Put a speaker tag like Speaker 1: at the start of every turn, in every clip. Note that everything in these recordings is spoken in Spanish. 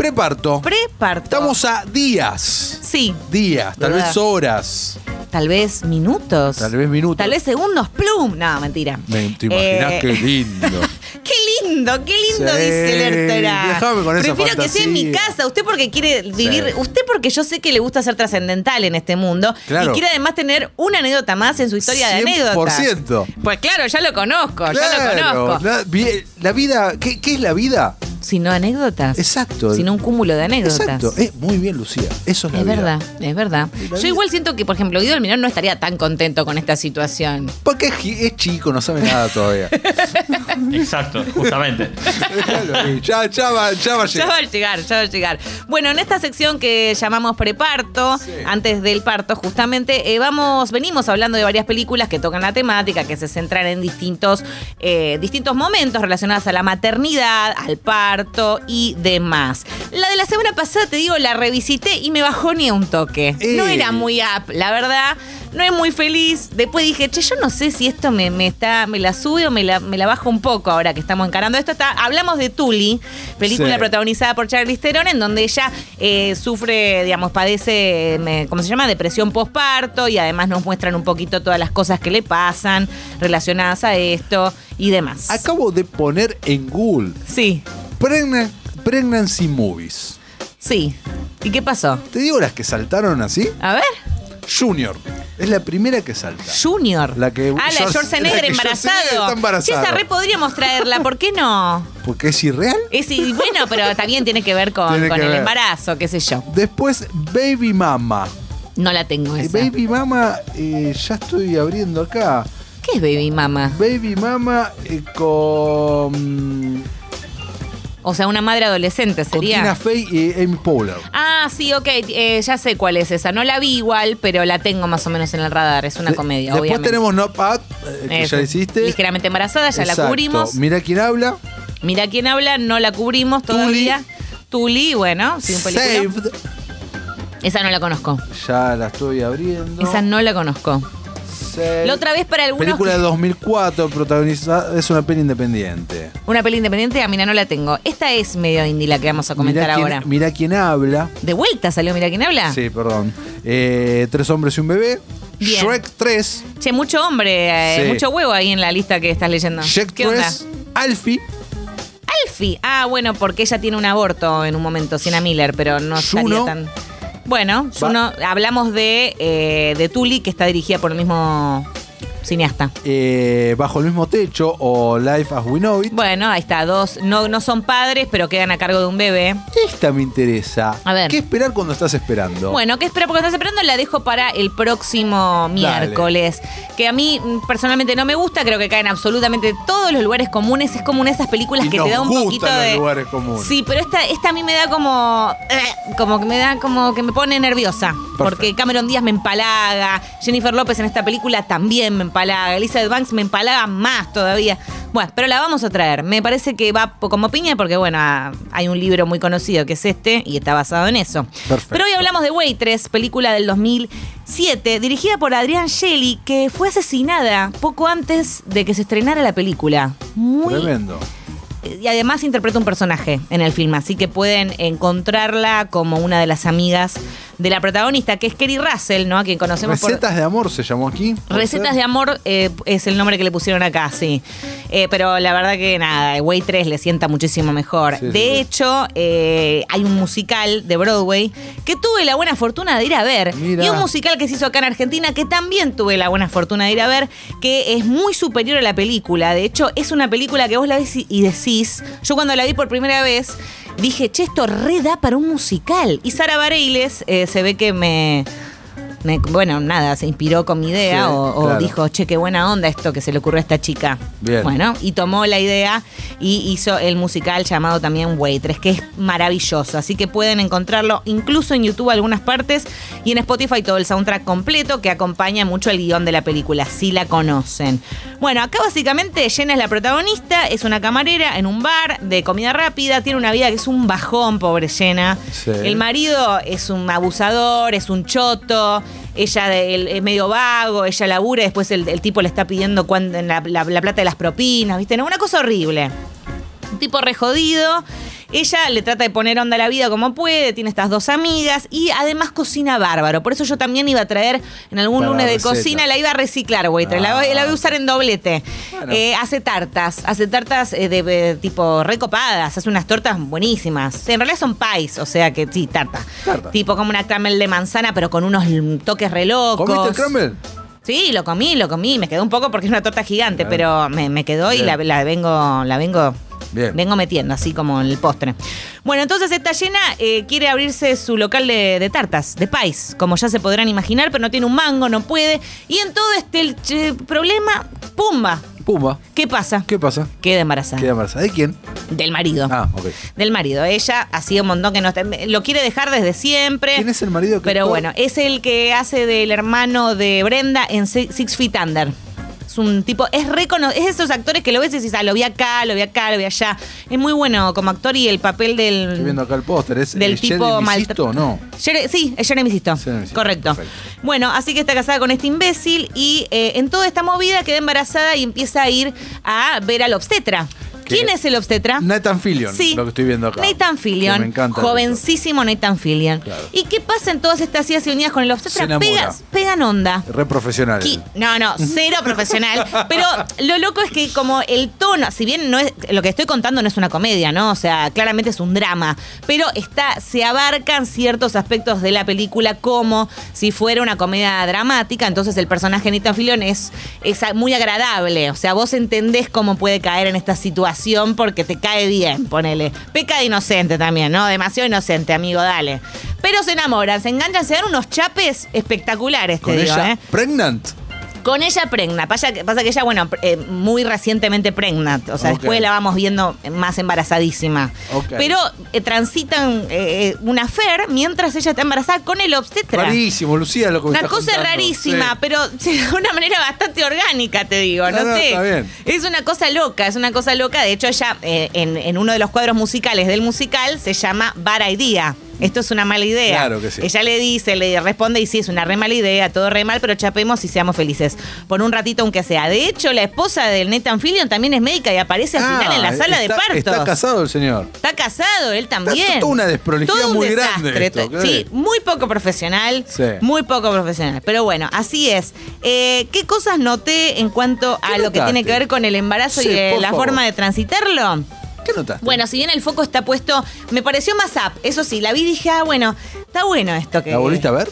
Speaker 1: Preparto.
Speaker 2: Preparto.
Speaker 1: Estamos a días.
Speaker 2: Sí,
Speaker 1: Días, tal
Speaker 2: ¿Verdad?
Speaker 1: vez horas.
Speaker 2: tal vez minutos.
Speaker 1: Tal vez minutos.
Speaker 2: Tal vez segundos. Plum. No, mentira.
Speaker 1: Me, ¿Te imaginas
Speaker 2: Eh,
Speaker 1: qué lindo?
Speaker 2: Qué lindo, qué lindo
Speaker 1: Sí,
Speaker 2: dice Lertora.
Speaker 1: déjame con esa
Speaker 2: Prefiero que sea en mi
Speaker 1: fantasía.
Speaker 2: casa. Usted porque quiere vivir.
Speaker 1: Sí.
Speaker 2: Usted porque yo sé que le gusta ser trascendental en este mundo.
Speaker 1: Claro.
Speaker 2: Y quiere además tener una anécdota más en su historia de
Speaker 1: 100%.
Speaker 2: anécdotas. Pues claro, ya lo conozco, ya lo
Speaker 1: Claro,
Speaker 2: conozco.
Speaker 1: na- vi- La, vida, ¿qué, qué es la vida?
Speaker 2: Si no anécdotas.
Speaker 1: Exacto.
Speaker 2: Sino un cúmulo de anécdotas.
Speaker 1: Exacto. Eh, muy bien, Lucía. Eso es la
Speaker 2: Es
Speaker 1: vida.
Speaker 2: verdad, es verdad.
Speaker 1: la
Speaker 2: Yo igual siento que, por ejemplo, Guido Almirón no estaría tan contento con esta situación.
Speaker 1: Porque es, gi- es chico, no sabe nada todavía.
Speaker 3: Exacto, justamente.
Speaker 1: Déjalo ahí, ya, ya va, ya va a
Speaker 2: Ya
Speaker 1: llegar.
Speaker 2: va a llegar, ya va a llegar. Bueno, en esta sección que llamamos preparto, antes del parto, justamente, eh, vamos, venimos hablando de varias películas que tocan la temática, que se centran en distintos, eh, distintos momentos relacionados a la maternidad, al parto y demás. La de la semana pasada, te digo, la revisité y me bajó ni un toque. No
Speaker 1: Eh.
Speaker 2: era muy up, la verdad. No es muy feliz. Después dije, che, yo no sé si esto me, me está, me la sube o me la, me la bajo un poco ahora que estamos encarando esto. Está, hablamos de Tuli, película
Speaker 1: Sí.
Speaker 2: protagonizada por Charlize Theron, en donde ella eh, sufre, digamos, padece, me- ¿cómo se llama? Depresión postparto y además nos muestran un poquito todas las cosas que le pasan relacionadas a esto y demás.
Speaker 1: Acabo de poner en Google
Speaker 2: Sí,
Speaker 1: Pregna- Pregnancy Movies.
Speaker 2: sí. ¿Y qué pasó?
Speaker 1: Te digo las que saltaron así.
Speaker 2: A ver,
Speaker 1: Junior. Es la primera que salta.
Speaker 2: Junior.
Speaker 1: La que-
Speaker 2: ah, la
Speaker 1: Schwarz- la
Speaker 2: Schwarzenegger
Speaker 1: que Schwarzenegger
Speaker 2: embarazado.
Speaker 1: está embarazada.
Speaker 2: Sí, esa re podríamos traerla, ¿por qué no?
Speaker 1: Porque es irreal.
Speaker 2: Es, y bueno, pero también tiene que ver con,
Speaker 1: Tiene
Speaker 2: con
Speaker 1: que
Speaker 2: el
Speaker 1: ver.
Speaker 2: embarazo, qué sé yo.
Speaker 1: Después, Baby Mama.
Speaker 2: No la tengo
Speaker 1: Eh,
Speaker 2: esa.
Speaker 1: Baby Mama, eh, ya estoy abriendo acá.
Speaker 2: ¿Qué es Baby Mama?
Speaker 1: Baby Mama eh, con,
Speaker 2: O sea, una madre adolescente
Speaker 1: con
Speaker 2: sería.
Speaker 1: Tina Fey y Amy Poehler.
Speaker 2: Ah, sí, ok, eh, ya sé cuál es esa. No la vi igual, pero la tengo más o menos en el radar. Es una
Speaker 1: De-
Speaker 2: comedia,
Speaker 1: Después
Speaker 2: obviamente.
Speaker 1: tenemos No Pat, eh, que
Speaker 2: Eso.
Speaker 1: ya hiciste.
Speaker 2: Ligeramente embarazada, ya la
Speaker 1: Exacto.
Speaker 2: cubrimos.
Speaker 1: Mira quién habla.
Speaker 2: Mira quién habla, no la cubrimos todavía. Tuli, bueno, sí, un película.
Speaker 1: Saved.
Speaker 2: Esa no la conozco.
Speaker 1: Ya la estoy abriendo.
Speaker 2: Esa no la conozco.
Speaker 1: Saved.
Speaker 2: La otra vez para algunos.
Speaker 1: Eh, Película de 2004, protagonizada. Es una peli independiente.
Speaker 2: Una peli independiente, a mí no la tengo. Esta es medio indie la que vamos a comentar
Speaker 1: Mirá quién-
Speaker 2: ahora.
Speaker 1: mirá quién habla.
Speaker 2: De vuelta salió Mira quién habla.
Speaker 1: Sí, perdón. Eh, tres hombres y un bebé.
Speaker 2: Bien.
Speaker 1: Shrek 3.
Speaker 2: Che, mucho hombre, eh,
Speaker 1: Sí.
Speaker 2: mucho huevo ahí en la lista que estás leyendo.
Speaker 1: Shrek
Speaker 2: ¿Qué onda?
Speaker 1: 3. Alfie.
Speaker 2: Alfie. Ah, bueno, porque ella tiene un aborto en un momento, Sienna Miller, pero no estaría
Speaker 1: Juno.
Speaker 2: tan. Bueno, Juno, hablamos de, eh, de Tuli, que está dirigida por el mismo cineasta.
Speaker 1: eh, Bajo el mismo techo o Life as We Know It.
Speaker 2: Bueno, ahí está, dos. No, no son padres, pero quedan a cargo de un bebé.
Speaker 1: Esta me interesa.
Speaker 2: A ver.
Speaker 1: ¿Qué esperar cuando estás esperando?
Speaker 2: Bueno, ¿qué espera? Porque estás esperando la dejo para el próximo miércoles. Que a mí mm, personalmente no me gusta, creo que cae en absolutamente todos los lugares comunes. Es como una de esas películas
Speaker 1: Y
Speaker 2: que
Speaker 1: nos
Speaker 2: te da un
Speaker 1: gustan
Speaker 2: poquito
Speaker 1: los
Speaker 2: de.
Speaker 1: lugares comunes.
Speaker 2: Sí, pero esta, esta a mí me da como. eh, como que me da como que me pone nerviosa. Porque Cameron Díaz me empalaga, Jennifer López en esta película también me empalaga, Elizabeth Banks me empalaga más todavía. Bueno, pero la vamos a traer. Me parece que va po- como piña porque, bueno, ah, hay un libro muy conocido que es este y está basado en eso.
Speaker 1: Perfecto.
Speaker 2: Pero hoy hablamos de Waitress, película del 2007, dirigida por Adrián Shelley, que fue asesinada poco antes de que se estrenara la película. Muy
Speaker 1: Tremendo.
Speaker 2: y además interpreta un personaje en el film, así que pueden encontrarla como una de las amigas de la protagonista, que es Kerry Russell, ¿no? A quien conocemos por.
Speaker 1: Recetas de amor se llamó aquí. ¿puede
Speaker 2: Recetas de
Speaker 1: ser?
Speaker 2: amor eh, es el nombre que le pusieron acá, sí. Eh, pero la verdad que nada, Way 3 le sienta muchísimo mejor.
Speaker 1: Sí,
Speaker 2: de
Speaker 1: sí, sí.
Speaker 2: hecho, eh, hay un musical de Broadway que tuve la buena fortuna de ir a ver.
Speaker 1: Mirá.
Speaker 2: Y un musical que se hizo acá en Argentina que también tuve la buena fortuna de ir a ver, que es muy superior a la película. De hecho, es una película que vos la ves y- y decís. Yo cuando la vi por primera vez. Dije, che, esto re da para un musical. Y Sara Bareiles eh, se ve que me, me- bueno, nada, se inspiró con mi idea
Speaker 1: Sí,
Speaker 2: o, o
Speaker 1: claro.
Speaker 2: dijo, che, qué buena onda esto que se le ocurrió a esta chica.
Speaker 1: Bien.
Speaker 2: Bueno, y tomó la idea y hizo el musical llamado también Waitress, que es maravilloso. Así que pueden encontrarlo incluso en YouTube algunas partes y en Spotify todo el soundtrack completo que acompaña mucho el guión de la película, si la conocen. Bueno, acá básicamente Jenna es la protagonista, es una camarera en un bar de comida rápida, tiene una vida que es un bajón, pobre Jenna.
Speaker 1: Sí.
Speaker 2: El marido es un abusador, es un choto, ella de- el- es medio vago, ella labura y después el, el tipo le está pidiendo cuán- la, la- la plata de las propinas, ¿viste? No, una cosa horrible. Un tipo re jodido Ella le trata de poner onda a la vida como puede, tiene estas dos amigas y además cocina bárbaro. Por eso yo también iba a traer en algún
Speaker 1: Para la
Speaker 2: lunes de
Speaker 1: receta. Ah.
Speaker 2: cocina, la iba a reciclar, güey. La, voy- la voy a usar en doblete.
Speaker 1: Bueno.
Speaker 2: Eh, hace tartas, hace tartas eh, de, eh, tipo recopadas, hace unas tortas buenísimas. En realidad son pies, o sea que sí, tarta.
Speaker 1: Tarta.
Speaker 2: Tipo como una caramel de manzana, pero con unos mm, toques re locos.
Speaker 1: ¿Comiste el crumble?
Speaker 2: Sí, lo comí, lo comí. Me quedó un poco porque es una torta gigante,
Speaker 1: Claro.
Speaker 2: pero me, me quedó y
Speaker 1: Bien.
Speaker 2: la, la vengo, la vengo.
Speaker 1: Bien.
Speaker 2: Vengo metiendo, así como el postre. Bueno, entonces esta llena eh, quiere abrirse su local de, de tartas, de pais, como ya se podrán imaginar, pero no tiene un mango, no puede. Y en todo este el ch- problema, ¡pumba!
Speaker 1: Pumba.
Speaker 2: ¿Qué pasa?
Speaker 1: ¿Qué pasa?
Speaker 2: Queda embarazada.
Speaker 1: Queda embarazada. ¿De quién?
Speaker 2: Del marido.
Speaker 1: Ah, ok.
Speaker 2: Del marido. Ella hacía un montón que no está. Lo quiere dejar desde siempre.
Speaker 1: ¿Quién es el marido que
Speaker 2: Pero
Speaker 1: actuó?
Speaker 2: bueno, es el que hace del hermano de Brenda en Si- Six Feet Under. Es un tipo, es recono es esos actores que lo ves y dices, ah, lo vi acá, lo vi acá, lo vi allá. Es muy bueno como actor y el papel del.
Speaker 1: Estoy viendo acá el póster. ¿Es
Speaker 2: Del
Speaker 1: eh,
Speaker 2: tipo
Speaker 1: Jeremy
Speaker 2: maltra-
Speaker 1: Sisto o no?
Speaker 2: Jere- sí, es Jeremy Sisto.
Speaker 1: Jeremy Sisto,
Speaker 2: Correcto.
Speaker 1: perfecto.
Speaker 2: Bueno, así que está casada con este imbécil y eh, en toda esta movida queda embarazada y empieza a ir a ver al obstetra.
Speaker 1: Que-
Speaker 2: ¿Quién es el obstetra?
Speaker 1: Nathan Fillion,
Speaker 2: Ah. Sí.
Speaker 1: lo que estoy viendo acá.
Speaker 2: Nathan Fillion.
Speaker 1: Que me encanta.
Speaker 2: Jovencísimo Nathan Fillion.
Speaker 1: Claro.
Speaker 2: ¿Y qué pasa en todas estas idas y venidas con el
Speaker 1: Se
Speaker 2: obstetra?
Speaker 1: enamora.
Speaker 2: Pegas- pegan onda.
Speaker 1: Re profesional.
Speaker 2: Qui- No, no, cero profesional. Pero lo loco es que como el tono, si bien no es, lo que estoy contando no es una comedia, ¿no? O sea, claramente es un drama. Pero está, se abarcan ciertos aspectos de la película como si fuera una comedia dramática. Entonces el personaje Nita Filón es, es a- muy agradable. O sea, vos entendés cómo puede caer en esta situación porque te cae bien, ponele. Peca de inocente también, ¿no? Demasiado inocente, amigo, dale. Pero se enamoran, se enganchan, se dan unos chapes espectaculares,
Speaker 1: Con
Speaker 2: te digo,
Speaker 1: ella,
Speaker 2: ¿eh?
Speaker 1: pregnant.
Speaker 2: Con ella pregna. Pasa que, pasa que ella, bueno, pre- eh, muy recientemente pregna. O sea,
Speaker 1: Ok.
Speaker 2: después la vamos viendo más embarazadísima.
Speaker 1: Ok.
Speaker 2: Pero eh, transitan eh, eh, una fer mientras ella está embarazada con el obstetra.
Speaker 1: Rarísimo, Lucía, lo que me
Speaker 2: Una
Speaker 1: estás
Speaker 2: cosa
Speaker 1: contando.
Speaker 2: rarísima,
Speaker 1: Sí.
Speaker 2: pero de una manera bastante orgánica, te digo, no,
Speaker 1: No, no,
Speaker 2: sé.
Speaker 1: está bien.
Speaker 2: Es una cosa loca, es una cosa loca. De hecho, ella eh, en, en uno de los cuadros musicales del musical se llama Vara Idea. Esto es una mala idea.
Speaker 1: Claro que sí.
Speaker 2: Ella le dice, le responde y sí, es una re mala idea, todo re mal, pero chapemos y seamos felices. Por un ratito, aunque sea. De hecho, la esposa del Nathan Fillion también es médica y aparece al final en la
Speaker 1: Ah,
Speaker 2: sala de
Speaker 1: está-
Speaker 2: partos.
Speaker 1: Está casado el señor.
Speaker 2: Está casado, él también.
Speaker 1: Está toda una desprolijidad
Speaker 2: Todo un
Speaker 1: muy
Speaker 2: desastre.
Speaker 1: grande esto, ¿qué
Speaker 2: sí,
Speaker 1: ves?
Speaker 2: muy poco profesional.
Speaker 1: Sí.
Speaker 2: Muy poco profesional. Pero bueno, así es. Eh, ¿Qué cosas noté en cuanto a
Speaker 1: ¿Qué
Speaker 2: lo que
Speaker 1: notaste?
Speaker 2: tiene que ver con el embarazo
Speaker 1: Sí,
Speaker 2: y eh,
Speaker 1: por
Speaker 2: la
Speaker 1: favor.
Speaker 2: forma de transitarlo?
Speaker 1: ¿Qué notaste?
Speaker 2: Bueno, si bien el foco está puesto, me pareció más up. Eso sí, la vi y dije, ah, bueno, está bueno esto que.
Speaker 1: ¿La volviste a ver?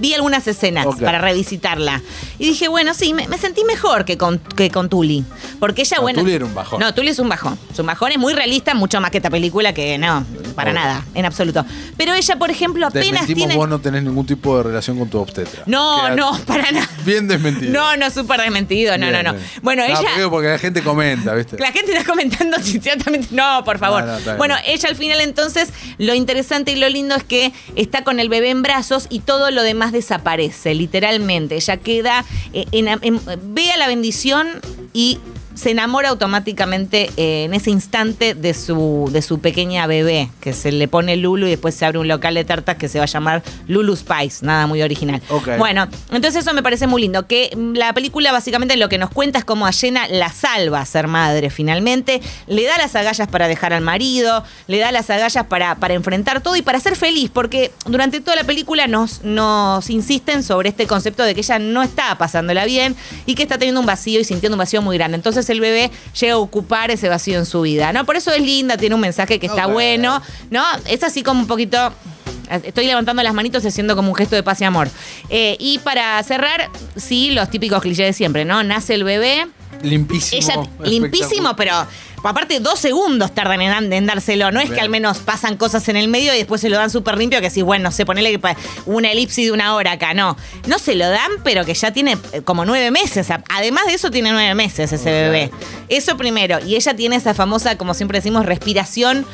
Speaker 2: Vi algunas escenas
Speaker 1: Ok.
Speaker 2: para revisitarla. Y dije, bueno, sí, me, me sentí mejor que con, que con Tuli. Porque ella,
Speaker 1: No,
Speaker 2: bueno.
Speaker 1: Tuli era un bajón.
Speaker 2: No, Tuli es un bajón. Su bajón es muy realista, mucho más que esta película que no, para
Speaker 1: Obvio.
Speaker 2: nada, en absoluto. Pero ella, por ejemplo, apenas
Speaker 1: Desmentimos
Speaker 2: tiene.
Speaker 1: vos no tenés ningún tipo de relación con tu obstetra.
Speaker 2: No,
Speaker 1: Queda
Speaker 2: no, para nada.
Speaker 1: Bien desmentido.
Speaker 2: No, no, súper desmentido. No,
Speaker 1: Bien,
Speaker 2: no, no.
Speaker 1: bien.
Speaker 2: Bueno,
Speaker 1: No,
Speaker 2: ella.
Speaker 1: porque- Porque la gente comenta, ¿viste?
Speaker 2: La gente está comentando sinceramente. No, por favor.
Speaker 1: Este- No, no, está bien.
Speaker 2: bueno, ella al final entonces, lo interesante y lo lindo es que está con el bebé en brazos y todo lo demás desaparece, literalmente. Ella queda, eh, en- en- ve a la bendición y se enamora automáticamente eh, en ese instante de su, de su pequeña bebé, que se le pone Lulu y después se abre un local de tartas que se va a llamar Lulu's Pies, nada muy original.
Speaker 1: Ok.
Speaker 2: Bueno, entonces eso me parece muy lindo, que mm, la película básicamente lo que nos cuenta es cómo a Jenna la salva a ser madre finalmente, le da las agallas para dejar al marido, le da las agallas para, para enfrentar todo y para ser feliz, porque durante toda la película nos, nos insisten sobre este concepto de que ella no está pasándola bien y que está teniendo un vacío y sintiendo un vacío muy grande. Entonces el bebé llega a ocupar ese vacío en su vida, ¿no? Por eso es linda, tiene un mensaje que está
Speaker 1: Ok.
Speaker 2: bueno, ¿no? Es así como un poquito... Estoy levantando las manitos y haciendo como un gesto de paz y amor. Eh, y para cerrar, sí, los típicos clichés de siempre, ¿no? Nace el bebé,
Speaker 1: Limpísimo.
Speaker 2: ella
Speaker 1: espectacular.
Speaker 2: limpísimo, pero aparte dos segundos tardan en, dan- en dárselo. No es que
Speaker 1: Bien.
Speaker 2: al menos pasan cosas en el medio y después se lo dan súper limpio, que sí, bueno, se ponele que pa- una elipsis de una hora acá, no. No se lo dan, pero que ya tiene eh, como nueve meses. A- Además de eso, tiene nueve meses ese bebé. Eso primero. Y ella tiene esa famosa, como siempre decimos, respiración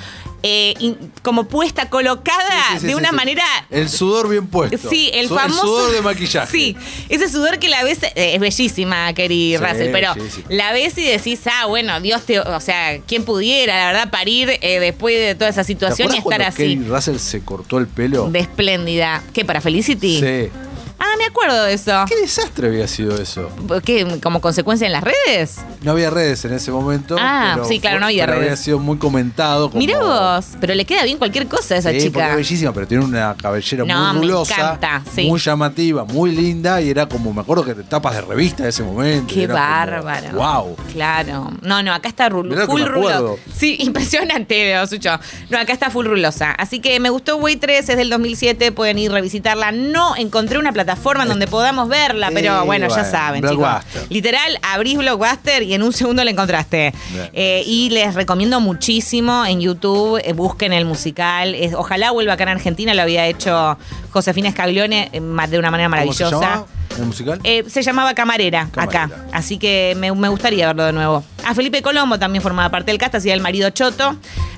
Speaker 2: eh, in- como puesta, colocada
Speaker 1: Sí, sí,
Speaker 2: de
Speaker 1: sí,
Speaker 2: una
Speaker 1: sí.
Speaker 2: manera
Speaker 1: El sudor bien puesto.
Speaker 2: Sí, el
Speaker 1: Su-
Speaker 2: famoso.
Speaker 1: sudor de maquillaje.
Speaker 2: Sí, ese sudor que la ves eh, es bellísima, querida
Speaker 1: Sí,
Speaker 2: Russell, pero
Speaker 1: bellísima.
Speaker 2: la ves y decís, ah, bueno, Dios te. O sea, ¿quién pudiera, la verdad, parir eh, después de toda esa
Speaker 1: ¿Te
Speaker 2: situación y
Speaker 1: acuerdas
Speaker 2: estar
Speaker 1: cuando
Speaker 2: así?
Speaker 1: Kevin Russell se cortó el pelo.
Speaker 2: De espléndida. ¿Qué, para Felicity?
Speaker 1: Sí.
Speaker 2: Ah, me acuerdo de eso.
Speaker 1: Qué desastre había sido eso.
Speaker 2: ¿Qué? ¿Como consecuencia en las redes?
Speaker 1: No había redes en ese momento.
Speaker 2: Ah,
Speaker 1: pero
Speaker 2: sí, claro,
Speaker 1: fue-
Speaker 2: no había
Speaker 1: pero Había
Speaker 2: redes.
Speaker 1: sido muy comentado. Como,
Speaker 2: Mirá vos, pero le queda bien cualquier cosa a esa
Speaker 1: Sí, porque
Speaker 2: chica.
Speaker 1: es bellísima, pero tiene una cabellera
Speaker 2: No, me
Speaker 1: muy rulosa,
Speaker 2: encanta, sí.
Speaker 1: muy llamativa, muy linda y era como, me acuerdo que te tapas de revista de ese momento.
Speaker 2: Qué bárbaro.
Speaker 1: wow.
Speaker 2: Claro. No, no, acá está rul-
Speaker 1: Mirá lo que
Speaker 2: full
Speaker 1: me acuerdo.
Speaker 2: rulo. Sí, impresionante, Sucho. No, acá está full rulosa. Así que me gustó Way 3, es del 2007, pueden ir a revisitarla. No encontré una plataforma en donde podamos verla, pero
Speaker 1: Eh,
Speaker 2: bueno, ya
Speaker 1: bueno,
Speaker 2: saben, chicos.
Speaker 1: Blockbuster.
Speaker 2: Literal, abrís Blockbuster y en un segundo la encontraste.
Speaker 1: Bien.
Speaker 2: Eh, y les recomiendo muchísimo en YouTube, eh, busquen el musical. Es- ojalá vuelva acá en Argentina, lo había hecho Josefina Scaglione eh, ma- de una manera maravillosa.
Speaker 1: ¿Cómo se llama el musical?
Speaker 2: Eh, se llamaba Camarera,
Speaker 1: Camarera.
Speaker 2: acá. Así que me, me gustaría verlo de nuevo. A Felipe Colombo también formaba parte del cast, hacía el marido choto,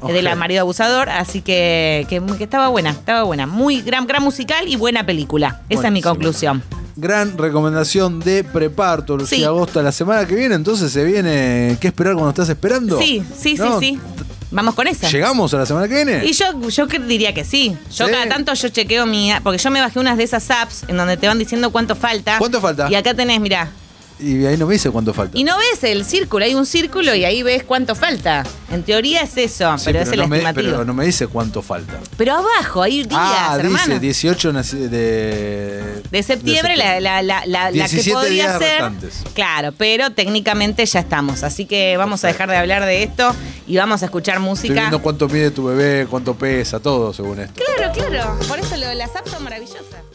Speaker 2: eh, del
Speaker 1: Ok.
Speaker 2: marido abusador. Así que, que- que estaba buena, estaba buena. Muy gran, gran musical y buena película. Esa es mi
Speaker 1: Buenísimo.
Speaker 2: conclusión.
Speaker 1: Gran recomendación de preparto, Lucía
Speaker 2: Sí.
Speaker 1: Agosta. La semana que viene, entonces se viene. ¿Qué esperar cuando estás esperando?
Speaker 2: Sí, sí,
Speaker 1: ¿No?
Speaker 2: sí, sí. Vamos con esa.
Speaker 1: ¿Llegamos a la semana que viene?
Speaker 2: Y yo, yo que- diría que sí. Yo
Speaker 1: ¿Sí?
Speaker 2: cada tanto yo chequeo mi... Porque yo me bajé unas de esas apps en donde te van diciendo cuánto falta.
Speaker 1: ¿Cuánto falta?
Speaker 2: Y acá tenés, mirá.
Speaker 1: Y ahí no me dice cuánto falta.
Speaker 2: Y no ves el círculo, hay un círculo y ahí ves cuánto falta. En teoría es eso,
Speaker 1: Sí,
Speaker 2: pero, es el
Speaker 1: no me,
Speaker 2: estimativo.
Speaker 1: pero no me dice cuánto falta.
Speaker 2: Pero abajo, hay días,
Speaker 1: ah,
Speaker 2: hermano.
Speaker 1: dice 18 naci- de,
Speaker 2: de septiembre, la, la, la, la, la que
Speaker 1: 17
Speaker 2: podría
Speaker 1: días
Speaker 2: ser.
Speaker 1: restantes.
Speaker 2: Claro, pero técnicamente ya estamos. Así que vamos a dejar de hablar de esto y vamos a escuchar
Speaker 1: Estoy
Speaker 2: música.
Speaker 1: viendo cuánto mide tu bebé, cuánto pesa, todo según esto.
Speaker 2: Claro, claro. Por eso lo de las apps son maravillosas.